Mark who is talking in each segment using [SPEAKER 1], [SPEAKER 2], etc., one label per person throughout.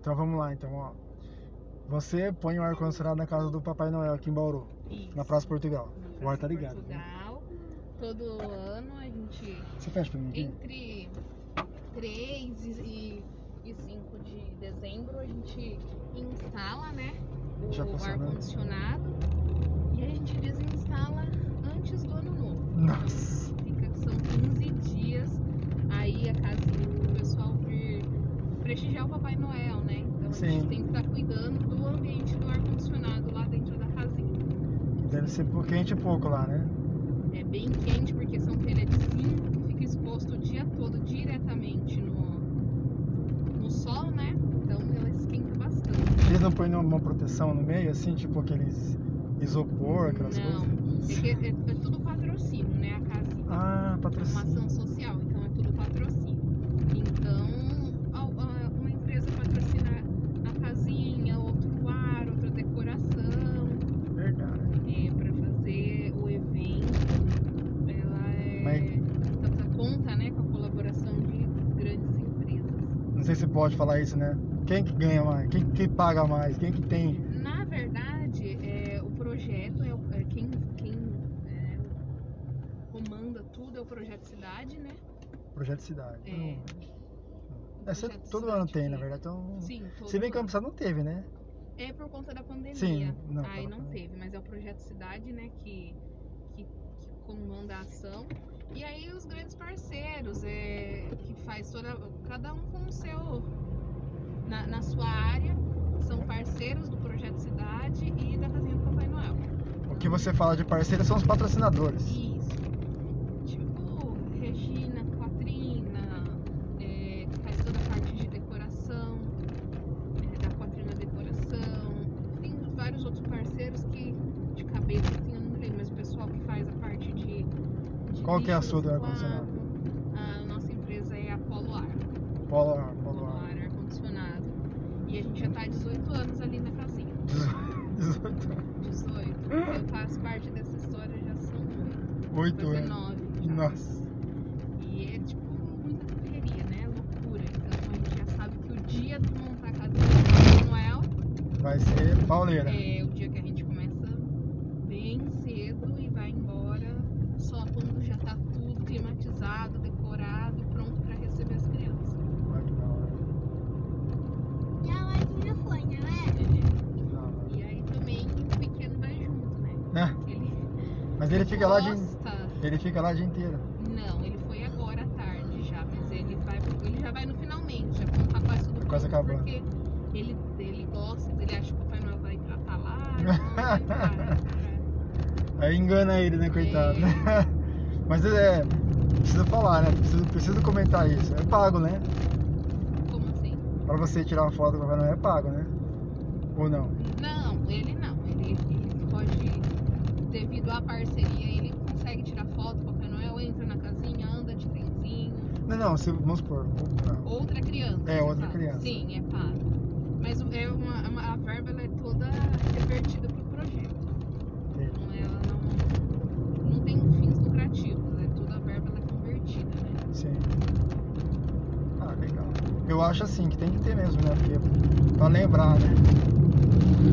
[SPEAKER 1] Então vamos lá, então, ó. Você põe o ar-condicionado na casa do Papai Noel aqui em Bauru,
[SPEAKER 2] Isso.
[SPEAKER 1] na Praça Portugal.
[SPEAKER 2] Na
[SPEAKER 1] O ar tá
[SPEAKER 2] Praça
[SPEAKER 1] ligado. né?
[SPEAKER 2] Portugal. Todo ano a gente
[SPEAKER 1] Você fecha pra mim aqui?
[SPEAKER 2] entre 3 e, e 5 de dezembro a gente instala, né?
[SPEAKER 1] Já tá
[SPEAKER 2] O
[SPEAKER 1] funcionou?
[SPEAKER 2] ar-condicionado. E a gente desinstala antes do ano novo.
[SPEAKER 1] Nossa!
[SPEAKER 2] Fica que são 15 dias aí a casa do pessoal vir prestigiar o Papai Noel, né? Então a
[SPEAKER 1] Sim.
[SPEAKER 2] gente tem que estar cuidando do ambiente do ar-condicionado lá dentro da casinha.
[SPEAKER 1] Deve ser pou- quente e pouco lá, né?
[SPEAKER 2] É bem quente porque são pelletzinhos que fica exposto o dia todo diretamente no, no sol, né? Então ela esquenta bastante.
[SPEAKER 1] Eles não põem nenhuma proteção no meio, assim, tipo aqueles isopor, aquelas
[SPEAKER 2] Não,
[SPEAKER 1] coisas?
[SPEAKER 2] é, que é, é tudo patrocínio, né? A casinha.
[SPEAKER 1] Ah,
[SPEAKER 2] uma
[SPEAKER 1] patrocínio.
[SPEAKER 2] ação social, então é tudo patrocínio. Então, al- a- uma empresa patrocina a casinha, outro ar, outra decoração,
[SPEAKER 1] Verdade.
[SPEAKER 2] é, para fazer o evento. Ela é. ela conta né, com a colaboração de grandes empresas.
[SPEAKER 1] Não sei se pode falar isso, né? Quem que ganha mais? Quem que paga mais? Quem que tem?
[SPEAKER 2] Na verdade, é, o projeto é, o- é quem, quem é, comanda tudo é o projeto Cidade, né?
[SPEAKER 1] Projeto Cidade.
[SPEAKER 2] É.
[SPEAKER 1] Hum. É, se-
[SPEAKER 2] Projeto
[SPEAKER 1] todo
[SPEAKER 2] Cidade
[SPEAKER 1] ano tem, na
[SPEAKER 2] que-
[SPEAKER 1] verdade. Então,
[SPEAKER 2] Sim, todo
[SPEAKER 1] se bem que
[SPEAKER 2] ano.
[SPEAKER 1] ano passado não teve, né?
[SPEAKER 2] É por conta da pandemia.
[SPEAKER 1] Sim, não,
[SPEAKER 2] Aí
[SPEAKER 1] pela
[SPEAKER 2] não
[SPEAKER 1] pandemia.
[SPEAKER 2] teve, mas é o projeto Cidade, né, que, que, que comanda a ação. E aí os grandes parceiros, é, que faz toda. Cada um com o seu. Na, na sua área,
[SPEAKER 1] Uhum.
[SPEAKER 2] são parceiros do projeto Cidade e da Casinha do Papai Noel.
[SPEAKER 1] O que você fala de parceiro são os patrocinadores.
[SPEAKER 2] Isso. Tipo, Regina, Quatrina, é, que faz toda a parte de decoração, é, da Quatrina Decoração. Tem vários outros parceiros que, de cabeça, assim, eu não lembro, mas o pessoal que faz a parte de. de
[SPEAKER 1] Qual que é a
[SPEAKER 2] lixo
[SPEAKER 1] sua do
[SPEAKER 2] reciclável.
[SPEAKER 1] ar-condicionado?
[SPEAKER 2] A nossa empresa é a Polo Ar.
[SPEAKER 1] Polo ar, polo
[SPEAKER 2] Polo
[SPEAKER 1] ar.
[SPEAKER 2] Ar, ar-condicionado. E a gente já tá há 18 anos ali na casinha.
[SPEAKER 1] 18 anos.
[SPEAKER 2] 18. Eu faço parte dessa história, já são 8,
[SPEAKER 1] 8 anos.
[SPEAKER 2] 19. já.
[SPEAKER 1] Nossa.
[SPEAKER 2] E é tipo muita correria, né? Loucura. Então a gente já sabe que o dia de montar a casa do Papai Noel
[SPEAKER 1] Vai ser pauleira.
[SPEAKER 2] é o dia que a gente começa bem cedo e vai embora só quando já tá tudo climatizado, decorado, pronto pra receber as crianças.
[SPEAKER 1] Olha que da hora.
[SPEAKER 3] Minha latinha foi, não é?
[SPEAKER 1] que da hora.
[SPEAKER 2] E aí também o pequeno vai junto, né?
[SPEAKER 1] Né?
[SPEAKER 2] Porque Ele
[SPEAKER 1] Mas ele fica lá de,
[SPEAKER 2] gosta.
[SPEAKER 1] ele fica lá o dia inteiro.
[SPEAKER 2] Não, ele foi agora à tarde já, mas ele vai, ele já vai no finalmente, já quando tá quase tudo
[SPEAKER 1] Tá quase
[SPEAKER 2] pronto,
[SPEAKER 1] acabando.
[SPEAKER 2] porque ele, ele gosta, ele acha que o Papai Noel vai tratar lá, então ele vai, vai.
[SPEAKER 1] Aí engana ele, né, coitado. Mas é, preciso falar, né? Preciso, preciso comentar isso. É pago, né?
[SPEAKER 2] como assim?
[SPEAKER 1] Pra você tirar uma foto do Papai Noel é pago, né? Ou não?
[SPEAKER 2] Não, ele não, ele, ele pode, devido à parceria, ele consegue tirar foto, o Papai Noel entra na casinha, anda de trenzinho,
[SPEAKER 1] Não, não, se, vamos supor. não.
[SPEAKER 2] outra criança.
[SPEAKER 1] É,
[SPEAKER 2] você
[SPEAKER 1] outra
[SPEAKER 2] fala.
[SPEAKER 1] criança.
[SPEAKER 2] Sim, é pago. Mas o- é uma, é uma- a verba ela é toda revertida pro projeto.
[SPEAKER 1] Entendi.
[SPEAKER 2] Não, é, ela não, não tem fins lucrativos, é toda a verba ela é convertida, né?
[SPEAKER 1] Sim. Ah, legal. Eu acho assim, que tem que ter mesmo, né? Porque, pra lembrar, né?
[SPEAKER 2] Sim,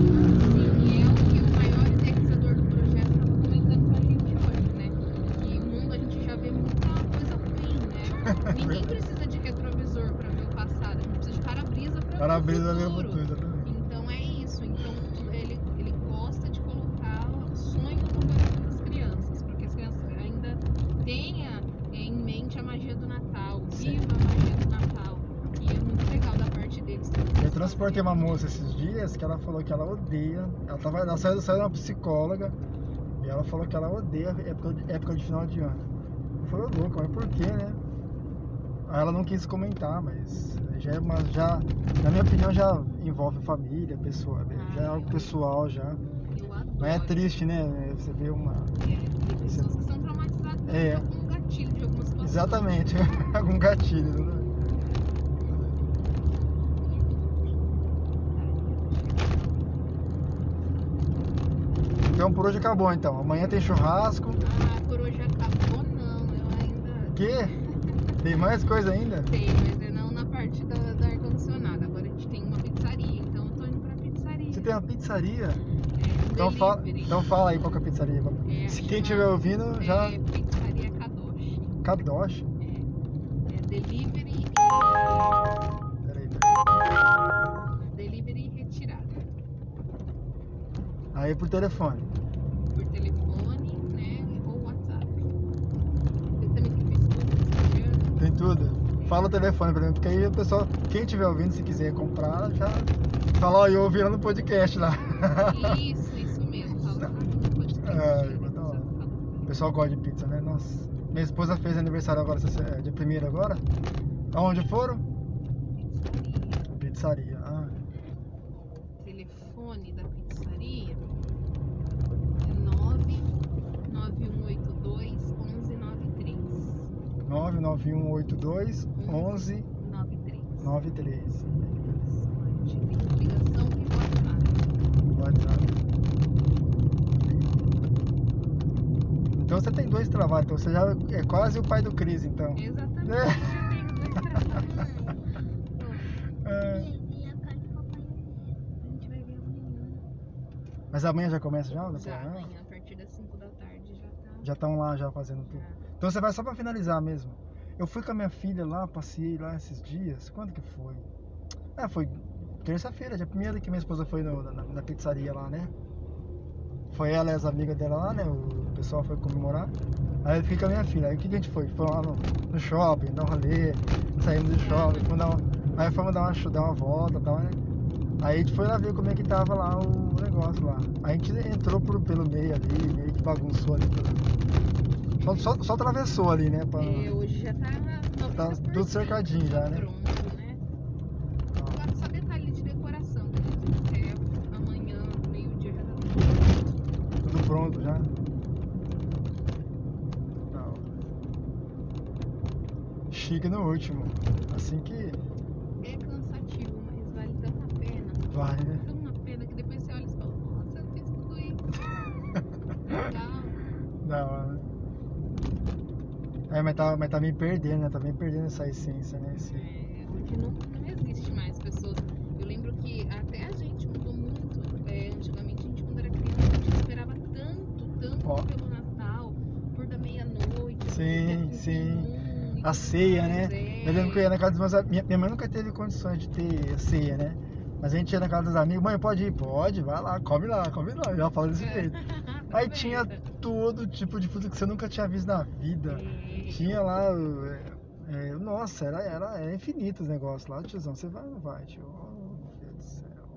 [SPEAKER 2] e é o que o maior idealizador do projeto estava comentando com a gente hoje, né? Que o mundo a gente já vê muita coisa ruim, né? Ninguém precisa de retrovisor para ver o passado, a gente precisa de para-brisa para ver
[SPEAKER 1] Parabéns
[SPEAKER 2] o
[SPEAKER 1] a minha
[SPEAKER 2] futuro.
[SPEAKER 1] futuro. né?
[SPEAKER 2] Então é isso. Então ele, ele gosta de colocar o sonho no coração das crianças, porque as crianças ainda tenha em mente a magia do Natal,
[SPEAKER 1] Sim.
[SPEAKER 2] viva a magia do Natal. E é muito legal da parte deles. também.
[SPEAKER 1] Eu transportei É uma moça esses dias que ela falou que ela odeia. Ela, tava, ela saiu, saiu de uma psicóloga e ela falou que ela odeia época de, época de final de ano. Eu falei, ô louco, mas por quê, né? Aí ela não quis comentar, mas já é uma. Já, na minha opinião, já envolve família, pessoa. né? Já é algo pessoal já.
[SPEAKER 2] Eu adoro.
[SPEAKER 1] Mas é triste, né? Você vê uma.
[SPEAKER 2] É, tem pessoas que são traumatizadas por
[SPEAKER 1] É.
[SPEAKER 2] algum gatilho de alguma situação.
[SPEAKER 1] Exatamente, algum gatilho, né? Então por hoje acabou então. Amanhã tem churrasco.
[SPEAKER 2] Ah, por hoje acabou, não. Eu ainda
[SPEAKER 1] Quê? Tem mais coisa ainda?
[SPEAKER 2] tenho, mas é não na parte da, da ar-condicionado. Agora a gente tem uma pizzaria.
[SPEAKER 1] tem uma pizzaria.
[SPEAKER 2] É,
[SPEAKER 1] Então fala,
[SPEAKER 2] delivery.
[SPEAKER 1] então fala aí qual que é a pizzaria.
[SPEAKER 2] É,
[SPEAKER 1] Se quem
[SPEAKER 2] chama-
[SPEAKER 1] estiver ouvindo, já.
[SPEAKER 2] É pizzaria Kadoshi.
[SPEAKER 1] Kadosh.
[SPEAKER 2] É delivery,
[SPEAKER 1] Peraí, peraí.
[SPEAKER 2] delivery e retirada.
[SPEAKER 1] Aí é por telefone.
[SPEAKER 2] Por telefone, né? Ou WhatsApp. Você também tem Facebook, Instagram.
[SPEAKER 1] Tem tudo. Fala o telefone pra mim, porque aí o pessoal, quem estiver ouvindo, se quiser comprar, já fala, ó, eu ouvi lá no podcast lá.
[SPEAKER 2] Isso, isso mesmo. Fala pra mim.
[SPEAKER 1] Ai, mas tá lá. O pessoal gosta de pizza, né? Nossa. Minha esposa fez aniversário agora, essa se- é, dia primeiro agora. Aonde foram? Pizzaria. Ah,
[SPEAKER 2] telefone da pizzaria é 99182 1193.
[SPEAKER 1] 99182 1193.
[SPEAKER 2] 93. Isso, a gente tem ligação e WhatsApp.
[SPEAKER 1] WhatsApp. Então você tem dois trabalhos, então você já é quase o pai do Cris, então.
[SPEAKER 2] Exatamente.
[SPEAKER 1] É.
[SPEAKER 2] eu tenho dois trabalhos.
[SPEAKER 1] É.
[SPEAKER 2] A gente vai ver amanhã.
[SPEAKER 1] Mas amanhã já começa já? Dessa
[SPEAKER 2] Já
[SPEAKER 1] manhã?
[SPEAKER 2] amanhã, a partir das 5 da tarde, já tá.
[SPEAKER 1] Já estão lá já fazendo tudo.
[SPEAKER 2] já.
[SPEAKER 1] Então você vai só pra finalizar mesmo. Eu fui com a minha filha lá, passei lá esses dias. Quando que foi? É, foi terça-feira, dia primeira que minha esposa foi no- na, na pizzaria lá, né? Foi ela e as amigas dela lá, né? O pessoal foi comemorar. Aí eu fiquei com a minha filha. Aí o que que a gente foi? Foi lá no, no shopping, dar um rolê, saímos do shopping, fomos dar uma, aí fomos dar uma, chu- dar uma volta e tal, né? Aí a gente foi lá ver como é que tava lá o negócio lá. Aí a gente entrou por- pelo meio ali, meio que bagunçou ali. tudo. Só, só, só atravessou ali, né? pra-
[SPEAKER 2] É, hoje já tá. 90%
[SPEAKER 1] Tá tudo cercadinho já, né?
[SPEAKER 2] Pronto, né? Falta Só detalhe de decoração, né? Até amanhã, meio-dia já tá tudo
[SPEAKER 1] Tudo pronto já. Chega no último. Assim que
[SPEAKER 2] É cansativo, mas vale tanto a pena.
[SPEAKER 1] vai, né?
[SPEAKER 2] Tão a pena que depois você olha e você fala, nossa, eu fiz tudo isso. Legal.
[SPEAKER 1] Da hora. É, mas tá, mas tá me perdendo, né? Tá me perdendo essa essência, né? Esse...
[SPEAKER 2] É, porque não, não existe mais pessoas. Eu lembro que até a gente mudou muito. é, antigamente, a gente, quando era criança, a gente esperava tanto, tanto
[SPEAKER 1] Ó.
[SPEAKER 2] pelo Natal, por da meia-noite.
[SPEAKER 1] Sim,
[SPEAKER 2] por dia
[SPEAKER 1] sim.
[SPEAKER 2] 31 e
[SPEAKER 1] A
[SPEAKER 2] tudo
[SPEAKER 1] ceia, né?
[SPEAKER 2] mais, é.
[SPEAKER 1] Eu lembro que eu ia na casa dos meus amigos. Minha mãe nunca teve condições de ter ceia, né? Mas a gente ia na casa dos amigos, mãe, pode ir? Pode, vai lá, come lá, come lá. Ela fala desse jeito. Aí tinha todo tipo de fruta que você nunca tinha visto na vida. Tinha lá. é, é, nossa, era, era, era infinito os negócios lá, tiozão. Você vai ou não vai, tio? Oh, meu Deus do céu.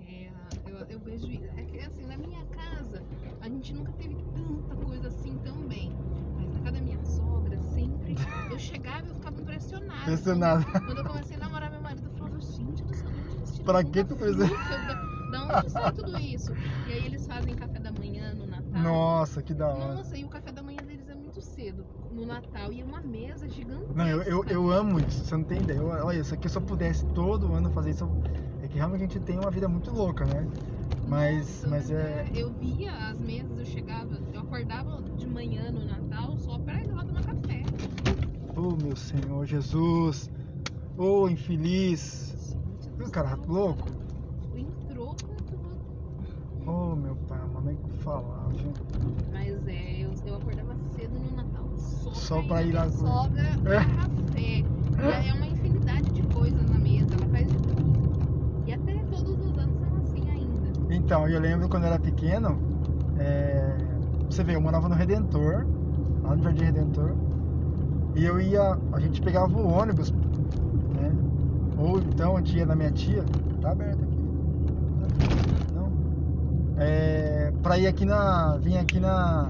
[SPEAKER 2] É, eu, eu vejo isso. É que assim, na minha casa, a gente nunca teve tanta coisa assim tão bem. Mas na casa da minha sogra, sempre eu chegava e eu ficava impressionada.
[SPEAKER 1] Impressionada.
[SPEAKER 2] Quando, quando eu comecei a namorar meu marido, eu falava, gente do céu, onde eles tiram
[SPEAKER 1] Pra
[SPEAKER 2] tanta
[SPEAKER 1] que tu precisa?"
[SPEAKER 2] fruta? Da, da onde sai tudo isso? E aí eles fazem café da manhã no Natal.
[SPEAKER 1] Nossa, que da hora.
[SPEAKER 2] Nossa, e o café da manhã deles é muito cedo, no Natal, e é uma mesa gigantesca.
[SPEAKER 1] Não, eu, eu, eu amo isso, você não tem ideia. Eu- olha, se aqui eu só pudesse todo ano fazer isso, eu- é que realmente a gente tem uma vida muito louca, né? Mas,
[SPEAKER 2] Nossa,
[SPEAKER 1] mas é.
[SPEAKER 2] Eu via as mesas, eu chegava, eu acordava de manhã no Natal só pra ir lá tomar café.
[SPEAKER 1] Oh, meu Senhor Jesus. Oh, infeliz.
[SPEAKER 2] Gente do
[SPEAKER 1] Viu, cara,
[SPEAKER 2] céu,
[SPEAKER 1] louco?
[SPEAKER 2] Entrou com tudo.
[SPEAKER 1] Oh, meu pai, a mamãe falava, viu?
[SPEAKER 2] Mas é, eu, eu acordava cedo no Natal só,
[SPEAKER 1] Só pra ir
[SPEAKER 2] na
[SPEAKER 1] lá com- É.
[SPEAKER 2] sogra tomar café. E é uma infinidade de coisas na mesa, ela faz de tudo. E até todos os anos são assim ainda.
[SPEAKER 1] Então, eu lembro quando eu era pequeno, é, você vê, eu morava no Redentor, lá no Jardim Redentor, e eu ia, a gente pegava o ônibus, né? Ou então a gente ia na minha tia, tá aberto aqui. Não. É, pra ir aqui na. Vim aqui na.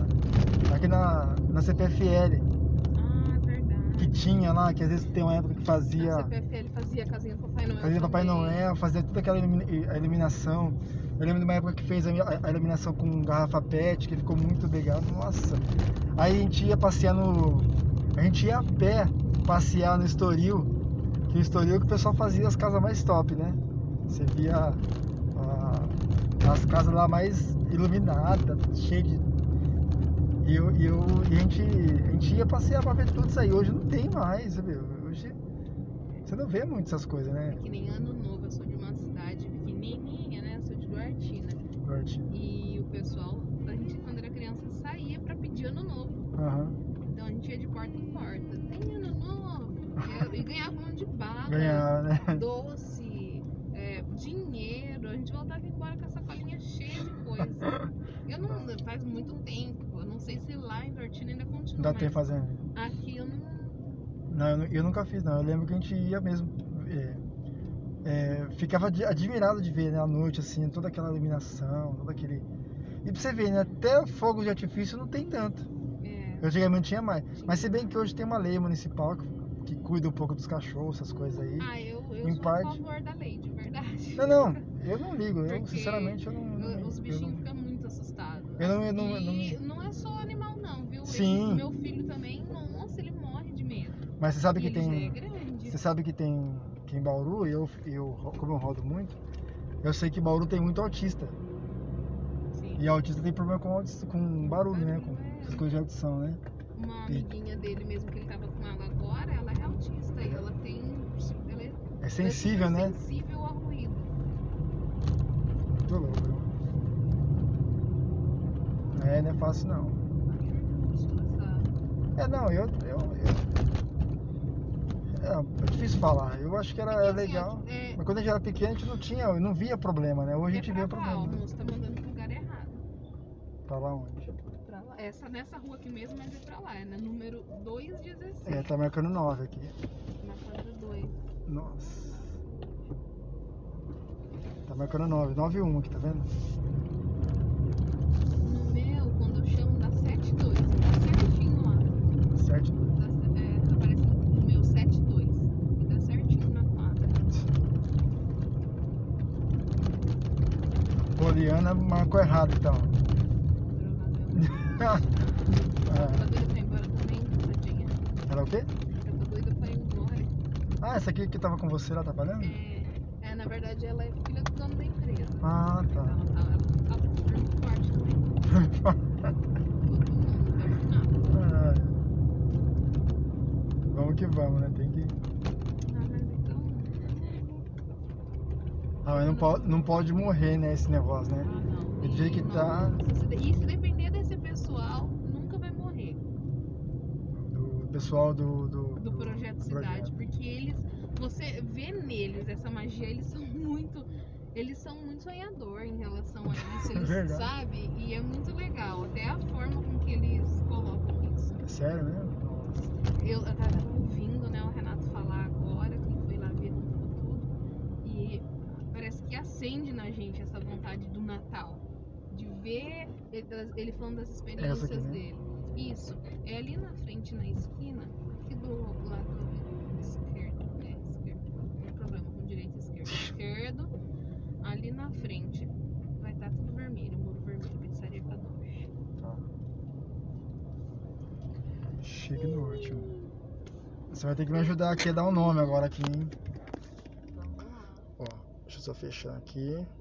[SPEAKER 1] Aqui na, na CPFL,
[SPEAKER 2] Ah, é
[SPEAKER 1] que
[SPEAKER 2] verdade.
[SPEAKER 1] tinha lá, que às vezes tem uma época que
[SPEAKER 2] A
[SPEAKER 1] fazia.
[SPEAKER 2] CPFL fazia casinha do Papai Noel.
[SPEAKER 1] Fazia Papai
[SPEAKER 2] também.
[SPEAKER 1] Noel, fazia toda aquela ilumi- a iluminação. Eu lembro de uma época que fez a a- a iluminação com garrafa PET, que ficou muito legal. Nossa! Aí a gente ia passear no. A gente ia a pé passear no Estoril, que o Estoril que o pessoal fazia as casas mais top, né? Você via a- as casas lá mais iluminadas, cheio de. E, eu, e, eu, e a, gente, a gente ia passear pra ver tudo isso aí. Hoje não tem mais, sabe? Hoje você não vê muito essas coisas, né?
[SPEAKER 2] É Que nem ano novo, eu sou de uma cidade pequenininha Artina.
[SPEAKER 1] Divertido.
[SPEAKER 2] E o pessoal, a gente quando era criança saía pra pedir ano novo.
[SPEAKER 1] Aham.
[SPEAKER 2] Então a gente ia de porta em porta. Tem ano novo? E- E ganhava um monte de bala,
[SPEAKER 1] Ganhava, né?
[SPEAKER 2] doce, é, dinheiro. A gente voltava embora com a sacolinha cheia de coisa. Eu não. Faz muito tempo. Eu não sei se lá em Dortina ainda continua.
[SPEAKER 1] Ainda
[SPEAKER 2] mas
[SPEAKER 1] tem fazendo.
[SPEAKER 2] Aqui eu não.
[SPEAKER 1] Não, eu, nu- eu nunca fiz, não. Eu lembro que a gente ia mesmo. é, é, ficava ad- admirado de ver, né, à noite, assim, toda aquela iluminação, todo aquele. E pra você ver, né, até fogo de artifício não tem tanto.
[SPEAKER 2] É,
[SPEAKER 1] Antigamente tinha mais. Mas se bem que hoje tem uma lei municipal que, que cuida um pouco dos cachorros, essas coisas aí.
[SPEAKER 2] Ah, eu, eu
[SPEAKER 1] Em
[SPEAKER 2] sou
[SPEAKER 1] parte-
[SPEAKER 2] a favor da lei, de verdade.
[SPEAKER 1] Não, não, eu não ligo. Eu,
[SPEAKER 2] Porque
[SPEAKER 1] sinceramente, eu não. eu não-
[SPEAKER 2] Os
[SPEAKER 1] eu
[SPEAKER 2] bichinhos
[SPEAKER 1] não-
[SPEAKER 2] ficam muito assustados.
[SPEAKER 1] Eu não- eu não- eu não-
[SPEAKER 2] E não é só animal, não, viu?
[SPEAKER 1] Sim.
[SPEAKER 2] Ele- meu filho também, nossa, ele morre de medo.
[SPEAKER 1] Mas você sabe
[SPEAKER 2] E
[SPEAKER 1] que
[SPEAKER 2] ele já é
[SPEAKER 1] tem. um
[SPEAKER 2] grande.
[SPEAKER 1] Você sabe que tem que em Bauru, eu, eu, como eu rodo muito, eu sei que Bauru tem muito autista.
[SPEAKER 2] Sim.
[SPEAKER 1] E autista tem problema com, audi- com barulho, né? Com
[SPEAKER 2] Barulho, é.
[SPEAKER 1] essas coisas de audição, né?
[SPEAKER 2] Uma amiguinha dele mesmo que ele tava com ela agora, ela é autista e ela tem. Ela é
[SPEAKER 1] É sensível,
[SPEAKER 2] ela
[SPEAKER 1] né?
[SPEAKER 2] é super Sensível ao ruído.
[SPEAKER 1] Muito louco. né? É, não é fácil não.
[SPEAKER 2] Essa-
[SPEAKER 1] É, não, eu. eu, eu- É, é difícil falar. Eu acho que era
[SPEAKER 2] Porque, assim,
[SPEAKER 1] legal.
[SPEAKER 2] É,
[SPEAKER 1] Mas quando a gente era pequeno, a gente não tinha, não via problema, né? Hoje a gente
[SPEAKER 2] é
[SPEAKER 1] vê
[SPEAKER 2] pra
[SPEAKER 1] o
[SPEAKER 2] lá,
[SPEAKER 1] problema.
[SPEAKER 2] o
[SPEAKER 1] né?
[SPEAKER 2] moço tá mandando pro lugar errado.
[SPEAKER 1] Pra lá onde?
[SPEAKER 2] Pra lá. Essa nessa rua aqui mesmo, mas é pra lá. É na número 216.
[SPEAKER 1] É, tá marcando 9 aqui.
[SPEAKER 2] Na quadra 2.
[SPEAKER 1] Nossa. Tá marcando 9, 9 e 1 aqui, tá vendo?
[SPEAKER 2] No meu, quando eu chamo, dá 72. Tá certinho lá.
[SPEAKER 1] Tá Certo?
[SPEAKER 2] Dá, é, aparece no meu 72. E dá certinho na quadra.
[SPEAKER 1] Poliana marcou errado então.
[SPEAKER 2] Provavelmente. Eu
[SPEAKER 1] É,
[SPEAKER 2] tô doida pra ir embora também, tadinha.
[SPEAKER 1] era o quê?
[SPEAKER 2] Eu tô doida pra ir embora.
[SPEAKER 1] Ah, essa aqui que tava com você lá trabalhando?
[SPEAKER 2] É, é, na verdade, ela é filha do dono da empresa.
[SPEAKER 1] Ah,
[SPEAKER 2] Então,
[SPEAKER 1] tá.
[SPEAKER 2] ela tá, ela tá muito forte com ele. Todo mundo vai assinar.
[SPEAKER 1] Ah, é. vamos que vamos, né? Tem que.
[SPEAKER 2] Ah, mas então.
[SPEAKER 1] Ah, mas não pode, não pode morrer, né? Esse negócio, né?
[SPEAKER 2] Ah, não.
[SPEAKER 1] Do jeito que
[SPEAKER 2] Não,
[SPEAKER 1] tá.
[SPEAKER 2] se- se- E se depender desse pessoal, nunca vai morrer.
[SPEAKER 1] Do pessoal do. Do,
[SPEAKER 2] do projeto
[SPEAKER 1] do
[SPEAKER 2] Cidade, porque eles, você vê neles essa magia, eles são muito, eles são muito sonhador em relação a isso,
[SPEAKER 1] É
[SPEAKER 2] eles
[SPEAKER 1] verdade.
[SPEAKER 2] sabe? E é muito legal, até a forma com que eles colocam isso.
[SPEAKER 1] É sério, né? Nossa.
[SPEAKER 2] Eu, eu tava ouvindo, né, o Renato falar agora, que ele foi lá ver tudo, e parece que acende na gente essa vontade do Natal, de ver ele, ele falando das experiências
[SPEAKER 1] né?
[SPEAKER 2] dele. Isso, é ali na frente, na esquina, que do lado esquerdo, né, esquerdo, tem problema com direito e esquerdo, esquerdo, ali na frente, vai estar tudo vermelho, muro vermelho, pizzaria tá Kadosh.
[SPEAKER 1] Chique no último. Você vai ter que me ajudar aqui a dar um nome agora aqui, hein?
[SPEAKER 2] Vamos lá.
[SPEAKER 1] Ó, deixa eu só fechar aqui.